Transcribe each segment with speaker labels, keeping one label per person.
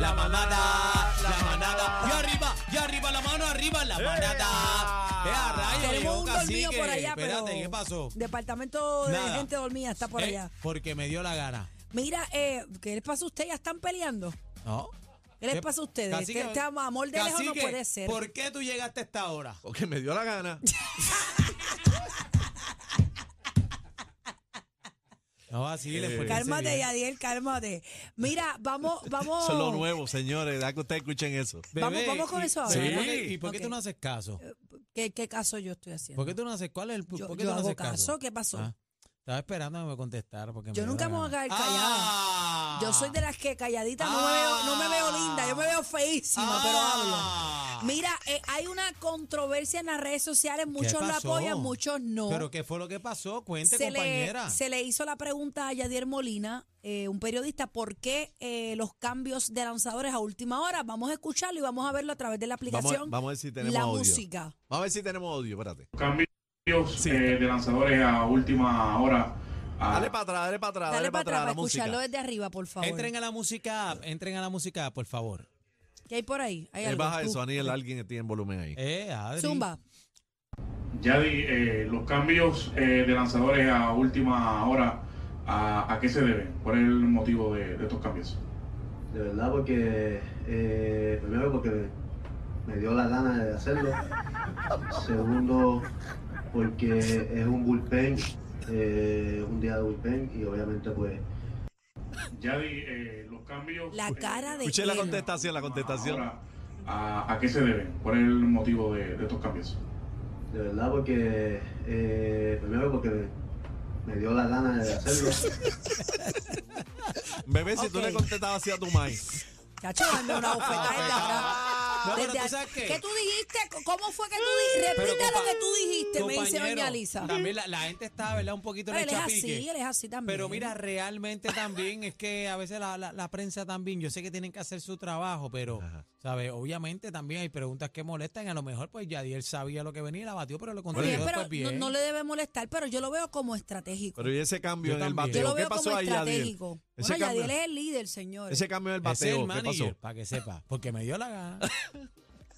Speaker 1: la manada, la manada. Y arriba, y arriba la mano, arriba la manada. Eh,
Speaker 2: ¡Ea!
Speaker 1: a rayos,
Speaker 3: Tenemos
Speaker 1: llegó
Speaker 3: un dormido
Speaker 1: cacique.
Speaker 3: por allá,
Speaker 1: Espérate,
Speaker 3: pero
Speaker 1: ¿qué pasó?
Speaker 3: Departamento de
Speaker 1: Nada.
Speaker 3: gente dormida está por
Speaker 1: Eh,
Speaker 3: allá.
Speaker 1: Porque me dio la gana.
Speaker 3: Mira, eh, ¿qué les pasa a ustedes? ¿Ya están peleando?
Speaker 1: No.
Speaker 3: ¿Qué les pasa a ustedes?
Speaker 1: Eh, Cacique,
Speaker 3: Este- este amor de lejos no
Speaker 1: cacique,
Speaker 3: puede ser.
Speaker 1: ¿Por qué tú llegaste a esta hora?
Speaker 2: Porque me dio la gana.
Speaker 1: No, así
Speaker 2: Eh,
Speaker 1: le
Speaker 3: Cálmate, Yadiel, cálmate. Mira, vamos, vamos.
Speaker 2: Eso es lo nuevo, señores. Da que ustedes escuchen eso.
Speaker 3: Vamos- vamos con eso ahora.
Speaker 2: Sí.
Speaker 1: ¿Y por qué
Speaker 3: Ok.
Speaker 1: tú no haces caso?
Speaker 3: ¿Qué, qué caso yo estoy haciendo?
Speaker 1: ¿Por qué tú no haces cuál es el
Speaker 3: Yo,
Speaker 1: por qué
Speaker 3: yo
Speaker 1: tú no
Speaker 3: hago
Speaker 1: haces
Speaker 3: caso. ¿Qué pasó?
Speaker 1: Ah, estaba esperando que me contestara porque me
Speaker 3: Yo
Speaker 1: dio
Speaker 3: nunca
Speaker 1: la
Speaker 3: me voy a
Speaker 1: gana.
Speaker 3: quedar callada.
Speaker 1: Ah.
Speaker 3: Yo soy de las que calladita no, me veo, no me veo linda, yo me veo feísima, pero hablo.
Speaker 1: Ah.
Speaker 3: Mira, eh, hay una controversia en las redes sociales,
Speaker 1: ¿Qué
Speaker 3: muchos la
Speaker 1: pasó?
Speaker 3: apoyan, muchos no.
Speaker 1: Pero qué fue lo que pasó, cuente
Speaker 3: se
Speaker 1: compañera.
Speaker 3: le, se le hizo la pregunta a Yadier Molina, eh, un periodista, ¿por qué eh, los cambios de lanzadores a última hora? Vamos a escucharlo y vamos a verlo a través de la
Speaker 2: Vamos,
Speaker 3: aplicación.
Speaker 2: vamos a ver si tenemos
Speaker 3: la
Speaker 2: audio.
Speaker 3: música.
Speaker 2: Vamos a ver si tenemos audio, espérate.
Speaker 4: cambios eh, de lanzadores a última hora. a-
Speaker 2: Dale para atrás, dale para atrás, dale,
Speaker 3: Ah. Dale para atrás
Speaker 2: la
Speaker 3: para
Speaker 2: música.
Speaker 3: escucharlo desde arriba, por favor.
Speaker 1: Entren a la música, app, entren a la música, app, por favor.
Speaker 3: ¿Qué hay por ahí? Hay
Speaker 2: Eh,
Speaker 3: algo,
Speaker 2: baja
Speaker 3: tú.
Speaker 2: eso, Aniel, alguien que tiene volumen ahí.
Speaker 1: Eh, Adri.
Speaker 3: Zumba.
Speaker 4: ya di, eh, los cambios eh, de lanzadores a última hora, a, a qué se deben? ¿Cuál es el motivo de, de estos cambios?
Speaker 5: De verdad, porque eh, primero porque me dio la gana de hacerlo. Segundo, porque es un bullpen, eh, un día de bullpen y obviamente pues
Speaker 4: Ya di, eh, los cambios.
Speaker 3: La cara de
Speaker 2: Escuché la
Speaker 3: Eno.
Speaker 2: contestación, la contestación.
Speaker 4: Ahora, a, a qué se deben? ¿Cuál es el motivo de, de estos cambios?
Speaker 5: de verdad porque eh, primero porque me dio la gana de hacerlo.
Speaker 2: Bebé, si tú
Speaker 3: Ok.
Speaker 2: le contestabas así a tu mai.
Speaker 3: Chacho, dando una bofetada desde
Speaker 1: No,
Speaker 3: atrás.
Speaker 1: pero
Speaker 3: Desde
Speaker 1: tú
Speaker 3: a-
Speaker 1: sabes qué.
Speaker 3: tú dijiste? ¿Cómo fue que tú dijiste?
Speaker 1: Pero
Speaker 3: Repite lo
Speaker 1: compa-
Speaker 3: que tú dijiste, me dice
Speaker 1: compañero,
Speaker 3: doña Lisa.
Speaker 1: También la, la gente está, ¿verdad? Un poquito
Speaker 3: Pero
Speaker 1: en el
Speaker 3: él es
Speaker 1: chapique.
Speaker 3: así, él es así también.
Speaker 1: Pero mira, realmente también es que a veces la, la- la prensa también, yo sé que tienen que hacer su trabajo, pero,
Speaker 2: Ajá.
Speaker 1: ¿sabes? Obviamente también hay preguntas que molestan. y A lo mejor, pues Yadiel sabía lo que venía y la batió, pero lo
Speaker 3: Está
Speaker 1: contestó
Speaker 3: bien,
Speaker 1: después
Speaker 3: pero
Speaker 1: bien.
Speaker 3: no, no le debe molestar, pero yo lo veo como estratégico.
Speaker 2: Pero y ese cambio
Speaker 1: Yo
Speaker 2: en el
Speaker 1: también.
Speaker 2: bateo,
Speaker 3: yo lo
Speaker 2: ¿qué
Speaker 3: veo
Speaker 2: pasó
Speaker 3: como
Speaker 2: ahí, Yadiel?
Speaker 3: estratégico.
Speaker 2: Ese
Speaker 3: Bueno, Yadiel
Speaker 2: cambio-
Speaker 3: es el líder, señor.
Speaker 2: Ese cambio en
Speaker 1: Ese
Speaker 2: el
Speaker 1: es el
Speaker 2: bateo, ¿qué pasó?
Speaker 1: manager, para que sepa, porque me dio la gana.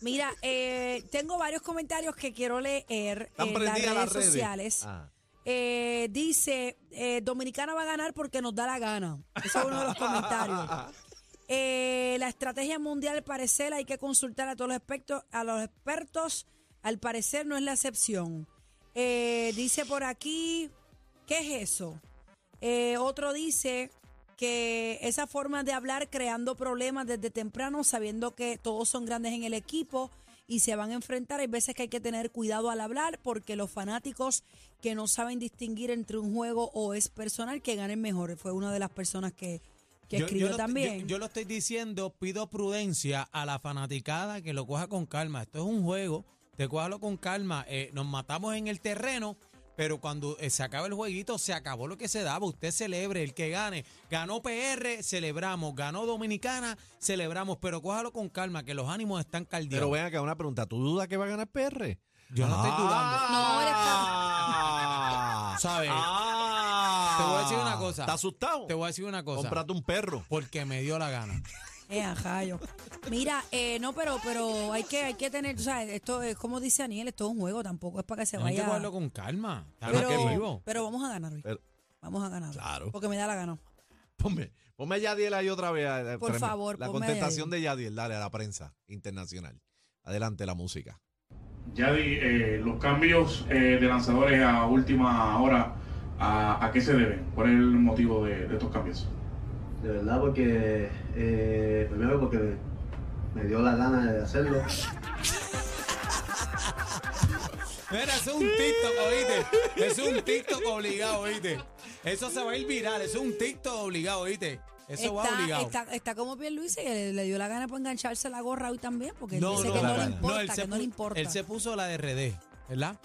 Speaker 3: Mira, eh, tengo varios comentarios que quiero leer
Speaker 2: Están
Speaker 3: en las
Speaker 2: prendidas
Speaker 3: redes,
Speaker 2: las redes.
Speaker 3: sociales.
Speaker 2: Ah.
Speaker 3: Eh, dice, eh, Dominicana va a ganar porque nos da la gana. Ese es uno de los comentarios. Eh, la estrategia mundial, al parecer, hay que consultar a todos los expertos. A los expertos, al parecer, no es la excepción. Eh, dice por aquí, ¿qué es eso? Eh, otro dice que esa forma de hablar creando problemas desde temprano, sabiendo que todos son grandes en el equipo y se van a enfrentar, hay veces que hay que tener cuidado al hablar porque los fanáticos que no saben distinguir entre un juego o es personal, que ganen mejor. Fue una de las personas que, que escribió
Speaker 1: lo, estoy-
Speaker 3: también.
Speaker 1: yo- yo lo estoy diciendo, pido prudencia a la fanaticada que lo coja con calma. Esto es un juego, te cójalo con calma. Eh, nos matamos en el terreno, pero cuando eh, se acaba el jueguito, se acabó lo que se daba. Usted celebre, el que gane. Ganó PR, celebramos. Ganó Dominicana, celebramos. Pero cójalo con calma, que los ánimos están
Speaker 2: Pero Ah.
Speaker 1: caldeados.
Speaker 2: ven acá, una pregunta. ¿Tú dudas que va a ganar PR?
Speaker 1: Yo no estoy dudando.
Speaker 3: No, él
Speaker 2: está...
Speaker 1: ¿Sabes?
Speaker 2: Ah.
Speaker 1: Te voy a decir una cosa.
Speaker 2: ¿Estás asustado?
Speaker 1: Te voy a decir una cosa.
Speaker 2: Comprate un perro.
Speaker 1: Porque me dio la gana.
Speaker 3: Eh, ajá, yo. Mira, eh, no, pero, pero hay que, hay que tener, o sea, esto es como dice Aniel, esto es un juego, tampoco es para que se
Speaker 1: Hay que
Speaker 3: vaya.
Speaker 1: cogerlo con calma. Estamos aquí en
Speaker 3: Pero,
Speaker 1: vivo.
Speaker 3: pero vamos a ganar hoy.
Speaker 2: Pero-
Speaker 3: Vamos a ganar. hoy,
Speaker 2: Claro.
Speaker 3: Porque me da la gana.
Speaker 2: Ponme, ponme a Yadiel ahí otra vez. eh,
Speaker 3: Por favor,
Speaker 2: La
Speaker 3: ponme a
Speaker 2: contestación de Yadiel, dale a la prensa internacional. Adelante la música.
Speaker 4: Ya di, eh, los cambios eh, de lanzadores a última hora, a, a qué se deben? ¿Cuál es el motivo de, de estos cambios?
Speaker 5: De verdad porque eh, primero porque me dio la gana de hacerlo.
Speaker 1: Mira, eso es un TikTok, oíste. Eso es un TikTok obligado, oíste. Eso se va a ir viral, eso es un TikTok obligado, oíste. Eso va
Speaker 3: Está,
Speaker 1: obligado.
Speaker 3: está, está como Pierluisi, que le, le dio la gana por engancharse la gorra hoy también, porque él dice
Speaker 2: la
Speaker 3: que no le
Speaker 2: gana.
Speaker 3: importa,
Speaker 1: él se
Speaker 3: que no
Speaker 1: pu-
Speaker 3: le importa.
Speaker 1: Él se puso la de RD, ¿verdad?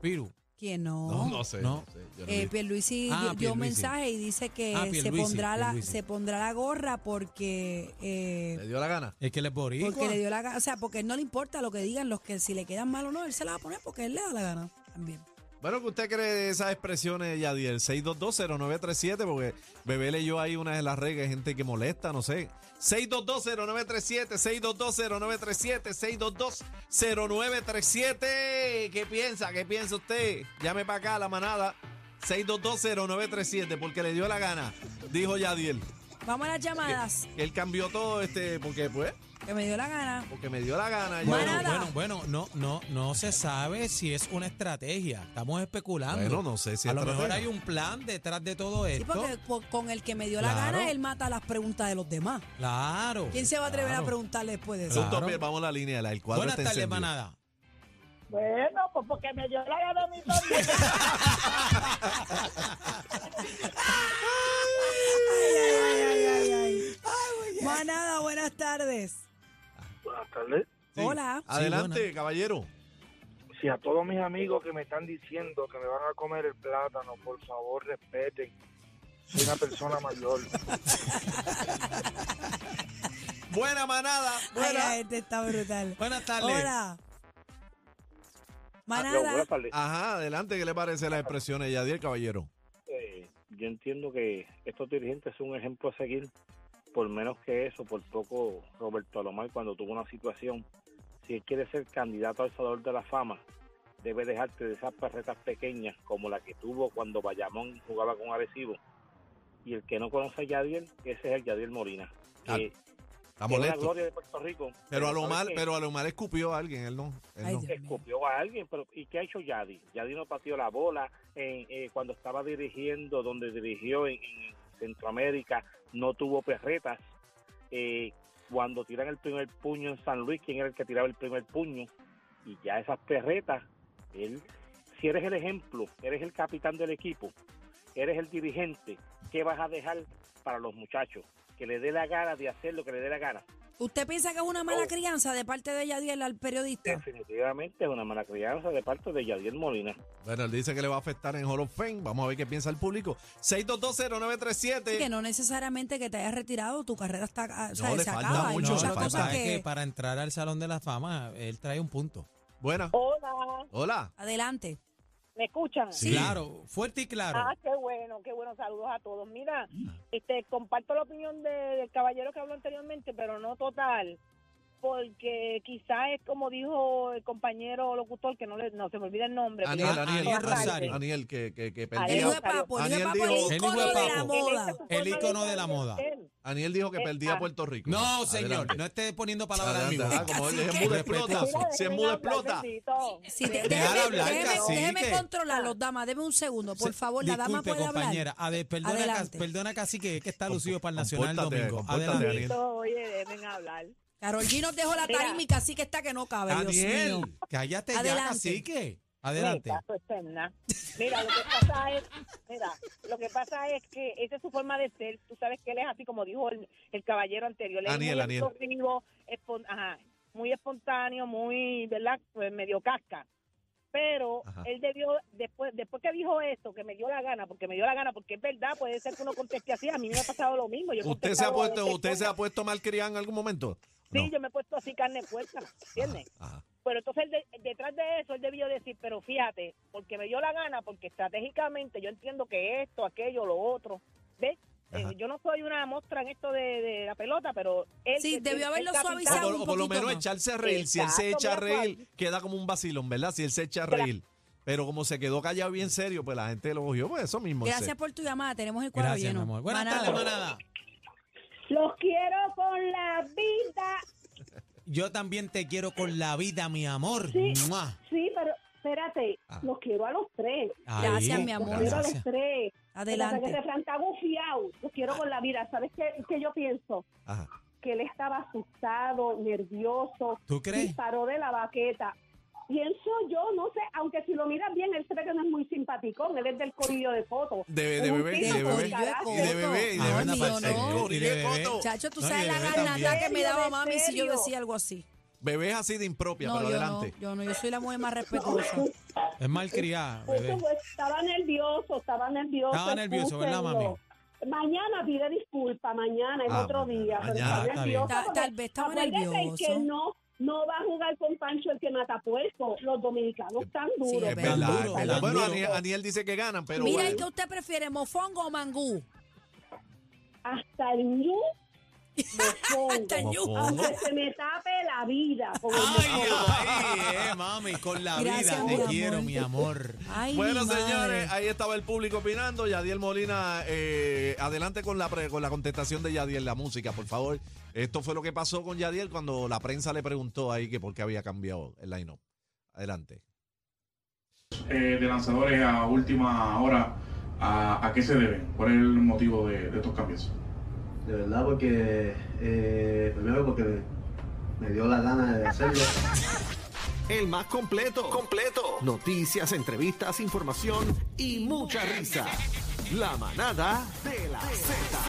Speaker 1: Piru.
Speaker 3: ¿Quién no?
Speaker 2: sé.
Speaker 1: No.
Speaker 2: sé, yo no
Speaker 3: Eh,
Speaker 2: vi.
Speaker 3: Pierluisi
Speaker 1: Ah,
Speaker 3: dio, dio un
Speaker 1: Pierluisi.
Speaker 3: mensaje y dice que
Speaker 1: Ah,
Speaker 3: se,
Speaker 1: Pierluisi,
Speaker 3: pondrá la,
Speaker 1: Pierluisi.
Speaker 3: se pondrá la gorra porque... eh,
Speaker 2: ¿Le dio la gana?
Speaker 1: Es que le es boricua.
Speaker 3: Porque le dio la gana, o sea, porque no le importa lo que digan los que si le quedan mal o no, él se la va a poner porque él le da la gana también.
Speaker 2: Bueno, ¿qué usted cree de esas expresiones, Yadiel? 6220937, porque Bebé leyó ahí una de las reglas, hay gente que molesta, no sé. 6220937, 6220937, 6220937. ¿Qué piensa? ¿Qué piensa usted? Llame para acá a la manada. 6220937, porque le dio la gana, dijo Yadiel.
Speaker 3: Vamos a las llamadas.
Speaker 2: Que él cambió todo, este, porque pues,
Speaker 3: Que me dio la gana.
Speaker 2: porque me dio la gana. yo-
Speaker 1: Bueno,
Speaker 3: Manada.
Speaker 1: bueno, bueno, no, no, no se sabe si es una estrategia. Estamos especulando.
Speaker 2: Bueno, no sé si
Speaker 1: a lo mejor
Speaker 2: estrategia.
Speaker 1: hay un plan detrás de todo
Speaker 3: Sí,
Speaker 1: esto.
Speaker 3: porque po- con el que me dio la
Speaker 1: Claro.
Speaker 3: gana, él mata las preguntas de los demás.
Speaker 1: Claro.
Speaker 3: ¿Quién se va a atrever
Speaker 1: claro.
Speaker 3: a preguntarle después de eso?
Speaker 2: Asunto,
Speaker 1: Claro.
Speaker 2: bien, vamos a la línea, la- el cuadro
Speaker 1: Buenas
Speaker 2: está
Speaker 1: tardes,
Speaker 2: encendido.
Speaker 1: manada.
Speaker 6: Bueno, pues porque me dio la gana a mí también.
Speaker 3: Ay, ay, ay, ay. Manada, buenas tardes.
Speaker 7: Buenas tardes.
Speaker 2: Sí.
Speaker 3: Hola.
Speaker 2: Adelante,
Speaker 1: Sí, buena.
Speaker 2: caballero.
Speaker 7: Si a todos mis amigos que me están diciendo que me van a comer el plátano, por favor respeten. Soy una persona mayor.
Speaker 2: Buena manada.
Speaker 3: Ay,
Speaker 2: Buena.
Speaker 3: la gente está brutal.
Speaker 1: Buenas tardes.
Speaker 3: Hola.
Speaker 7: Adiós,
Speaker 3: Manada.
Speaker 7: buenas tardes.
Speaker 2: Ajá, adelante, ¿qué le parece las expresiones, Yadier Caballero?
Speaker 7: Eh, yo entiendo que estos dirigentes son un ejemplo a seguir. Por menos que eso, por poco Roberto Alomar cuando tuvo una situación. Si él quiere ser candidato al Salvador de la Fama, debe dejarte de esas perretas pequeñas como la que tuvo cuando Bayamón jugaba con Arecibo. Y el que no conoce a Yadiel, ese es el Yadiel Molina.
Speaker 2: Ah,
Speaker 7: que
Speaker 2: Está
Speaker 7: que es la
Speaker 2: molesto.
Speaker 7: gloria de Puerto Rico.
Speaker 2: Pero a lo
Speaker 7: ¿sabes
Speaker 2: mal,
Speaker 7: qué?
Speaker 2: pero a lo mal escupió a alguien, él no. él
Speaker 3: Ay,
Speaker 2: no.
Speaker 3: Dios.
Speaker 7: escupió a alguien, pero ¿y qué ha hecho Yadi? Yadi no pateó la bola en, eh, cuando estaba dirigiendo, donde dirigió en, en Centroamérica, no tuvo perretas. Eh, cuando tiran el primer puño en San Luis, ¿quién era el que tiraba el primer puño? Y ya esas perretas, él, si eres el ejemplo, eres el capitán del equipo, eres el dirigente, ¿qué vas a dejar para los muchachos? Que le dé la gana de hacer lo que le dé la gana.
Speaker 3: ¿Usted piensa que es una mala
Speaker 7: Oh.
Speaker 3: crianza de parte de Yadiel al periodista?
Speaker 7: Definitivamente es una mala crianza de parte de Yadier Molina.
Speaker 2: Bueno, él dice que le va a afectar en Hall of Fame. Vamos a ver qué piensa el público.
Speaker 3: Que
Speaker 2: 6220937.
Speaker 3: no necesariamente que te hayas retirado, tu carrera está, ah, o sea,
Speaker 2: No, le
Speaker 3: se
Speaker 2: falta
Speaker 3: acaba. Hay
Speaker 2: mucho,
Speaker 3: muchas
Speaker 2: le falta.
Speaker 3: cosas
Speaker 1: pasa es
Speaker 3: que...
Speaker 1: que para entrar al Salón de la Fama, él trae un punto.
Speaker 2: Buena.
Speaker 6: Hola,
Speaker 2: Hola.
Speaker 3: Adelante.
Speaker 6: ¿me escuchan?
Speaker 2: Sí.
Speaker 1: Claro, fuerte y claro. Mm.
Speaker 6: Ah, qué bueno, qué bueno, saludos a todos. Mira, este, comparto la opinión de- del caballero que habló anteriormente, pero no total, porque quizás es como dijo el compañero locutor, que no, le, no se me olvida el nombre. pero-
Speaker 2: Aniel,
Speaker 1: Ah,
Speaker 2: Aniel.
Speaker 1: Aniel
Speaker 2: Aniel,
Speaker 1: Rosario.
Speaker 2: Aniel, que, que, que
Speaker 6: Ahí
Speaker 3: El hijo de
Speaker 2: perdía.
Speaker 6: está.
Speaker 3: papo, el hijo de
Speaker 2: Aniel
Speaker 3: papo,
Speaker 2: dijo-
Speaker 3: el icono
Speaker 1: El hijo de
Speaker 3: de la
Speaker 1: papo.
Speaker 3: moda.
Speaker 6: Esa es su
Speaker 1: El
Speaker 6: forma
Speaker 1: ícono de la moda.
Speaker 6: ser.
Speaker 2: Aniel dijo que perdía
Speaker 6: Ah.
Speaker 2: Puerto Rico.
Speaker 1: No, señor,
Speaker 2: Adelante.
Speaker 1: no esté poniendo palabras en mi boca.
Speaker 2: Adelante, ajá, como él es
Speaker 3: Cacique.
Speaker 2: mudo explota.
Speaker 1: Respetuoso.
Speaker 2: Si es
Speaker 6: déjenme
Speaker 2: mudo
Speaker 6: hablar,
Speaker 2: explota.
Speaker 6: bendito.
Speaker 3: Sí, de-
Speaker 6: Déjenme-
Speaker 1: Déjala
Speaker 3: déjeme,
Speaker 1: hablar,
Speaker 3: déjeme-
Speaker 1: cacique.
Speaker 3: déjeme controlarlos, dama. Deme un segundo, por
Speaker 1: Sí,
Speaker 3: favor. La dama
Speaker 1: disculpe,
Speaker 3: puede
Speaker 1: compañera.
Speaker 3: hablar.
Speaker 1: A ver, perdona, Cas-
Speaker 3: Adelante.
Speaker 1: perdona casi que es que está lucido para el Nacional
Speaker 2: Compórtate,
Speaker 1: domingo.
Speaker 2: compórtate,
Speaker 1: Adelante.
Speaker 2: Aniel.
Speaker 6: Bendito, Oye, déjenme hablar.
Speaker 3: Carol G nos dejó la
Speaker 6: Mira.
Speaker 3: tarima y cacique está que no cabe, Dios mío.
Speaker 1: Daniel, cállate ya,
Speaker 3: Adelante.
Speaker 1: cacique. Adelante.
Speaker 6: Me caso externa. Mira, lo que pasa es, mira, lo que pasa es que esa es su forma de ser. Tú sabes que él es así como dijo el, el caballero anterior. Él es
Speaker 2: Aniel,
Speaker 6: muy
Speaker 2: Aniel.
Speaker 6: explosivo, espon- ajá, muy espontáneo, muy, ¿verdad? Pues medio casca. Pero
Speaker 2: Ajá.
Speaker 6: él debió, después después que dijo esto, que me dio la gana, porque me dio la gana, porque es verdad, puede ser que uno conteste así. A mí me ha pasado lo mismo. Yo he
Speaker 2: ¿Usted se ha
Speaker 6: contestado
Speaker 2: puesto,
Speaker 6: este
Speaker 2: usted se
Speaker 6: cosa.
Speaker 2: ha puesto malcriado en algún momento?
Speaker 6: Sí,
Speaker 2: No.
Speaker 6: yo me he puesto así carne puesta, ¿entiendes?
Speaker 2: Ajá.
Speaker 6: Pero entonces él de- detrás de eso él debió decir, pero fíjate, porque me dio la gana, porque estratégicamente yo entiendo que esto, aquello, lo otro, ¿ves? Eh,
Speaker 2: Ajá.
Speaker 6: yo no soy una mostra en esto de, de la pelota, pero él...
Speaker 3: Sí,
Speaker 6: que-
Speaker 3: debió
Speaker 6: que-
Speaker 3: haberlo
Speaker 6: el capitán
Speaker 2: O
Speaker 3: suavizado.
Speaker 2: por,
Speaker 3: Quizá un
Speaker 2: o por lo
Speaker 3: poquito
Speaker 2: menos
Speaker 3: más.
Speaker 2: echarse a reír. Si él se
Speaker 6: Exacto,
Speaker 2: echa a
Speaker 6: mira,
Speaker 2: reír, queda como un vacilón, ¿verdad? Si él se echa a
Speaker 6: De la-
Speaker 2: reír. Pero como se quedó callado bien serio, pues la gente lo cogió, pues eso mismo. él se-
Speaker 3: Gracias por tu llamada. Tenemos el cuadro
Speaker 1: Gracias, mi
Speaker 3: lleno.
Speaker 1: amor. Buenas
Speaker 3: Manada.
Speaker 1: tardes, manada.
Speaker 6: Los quiero con la vida.
Speaker 1: Yo también te quiero con la vida, mi amor.
Speaker 6: Sí.
Speaker 1: Mua.
Speaker 6: Sí, pero espérate,
Speaker 2: Ah.
Speaker 6: los quiero a los tres.
Speaker 1: Ahí.
Speaker 3: Gracias, mi amor.
Speaker 6: Los quiero a los
Speaker 1: Gracias.
Speaker 6: tres. Que
Speaker 3: Adelante.
Speaker 6: se está gufiado. Los
Speaker 2: Ah.
Speaker 6: quiero con la vida. ¿Sabes qué, qué yo pienso?
Speaker 2: Ajá.
Speaker 6: Que él estaba asustado, nervioso,
Speaker 1: ¿Tú crees?
Speaker 6: disparó de la baqueta. Pienso yo, no sé, aunque si lo miras bien, él se ve que no es muy simpaticón, él es del corillo de fotos.
Speaker 2: De, de
Speaker 6: Es un
Speaker 2: bebé,
Speaker 6: tipo
Speaker 2: de
Speaker 6: con
Speaker 2: bebé.
Speaker 6: carácter.
Speaker 2: Y de bebé, y de
Speaker 3: Ah,
Speaker 2: bebé.
Speaker 3: mío, no.
Speaker 2: Corillo
Speaker 1: Y de
Speaker 2: de
Speaker 1: bebé.
Speaker 2: coto.
Speaker 3: Chacho, tú
Speaker 1: No, y
Speaker 3: sabes
Speaker 1: de
Speaker 3: la
Speaker 1: bebé
Speaker 3: garnata
Speaker 1: también.
Speaker 3: que me daba
Speaker 6: ¿En
Speaker 3: mami si yo
Speaker 6: serio?
Speaker 3: decía algo así.
Speaker 2: Bebé es así de impropia,
Speaker 3: No,
Speaker 2: pero
Speaker 3: yo no,
Speaker 2: adelante.
Speaker 3: yo no, yo soy la mujer más respetuosa.
Speaker 1: Es malcriada, bebé.
Speaker 6: Eso fue- pues, estaba nervioso, estaba nervioso.
Speaker 1: Pues Estaba nervioso, ¿verdad, mami?
Speaker 6: escúchenlo. Mañana pide disculpa, mañana, es
Speaker 2: Ah,
Speaker 6: otro
Speaker 2: mañana,
Speaker 6: día. pero
Speaker 2: mañana,
Speaker 1: está
Speaker 6: estaba
Speaker 1: bien.
Speaker 6: nervioso
Speaker 3: Ta-
Speaker 6: porque
Speaker 3: tal vez estaba
Speaker 6: acuérdate
Speaker 3: nervioso.
Speaker 6: que no, No va a jugar con Pancho el que mata puerco. Los dominicanos están
Speaker 3: Sí,
Speaker 6: duros.
Speaker 3: es
Speaker 2: Es verdad,
Speaker 1: duro,
Speaker 2: es verdad.
Speaker 1: tan
Speaker 2: Bueno,
Speaker 1: duro.
Speaker 2: Aniel, Aniel dice que ganan, pero
Speaker 3: Mira,
Speaker 2: bueno.
Speaker 3: ¿el que usted prefiere, mofongo o mangú?
Speaker 6: Hasta el ñu
Speaker 3: Hasta el ñu.
Speaker 2: Mofongo.
Speaker 6: que se me tape la vida. con el
Speaker 1: Ay,
Speaker 6: mofongo.
Speaker 1: ay, eh, mami, con la
Speaker 3: Gracias,
Speaker 1: vida te
Speaker 3: mi
Speaker 1: quiero,
Speaker 3: amor.
Speaker 1: mi amor.
Speaker 3: Ay,
Speaker 2: Bueno,
Speaker 3: mi madre.
Speaker 2: señores, ahí estaba el público opinando. Yadiel Molina, eh, adelante con la, pre- con la contestación de Yadiel, la música, por favor. Esto fue lo que pasó con Yadiel cuando la prensa le preguntó ahí que por qué había cambiado el line-up. Adelante.
Speaker 4: eh, de lanzadores a última hora, ¿a, a qué se deben? ¿Cuál es el motivo de, de estos cambios?
Speaker 5: De verdad, porque eh, primero porque me dio la gana de hacerlo.
Speaker 8: El más completo. Completo. Noticias, entrevistas, información y mucha risa. La manada de la Z.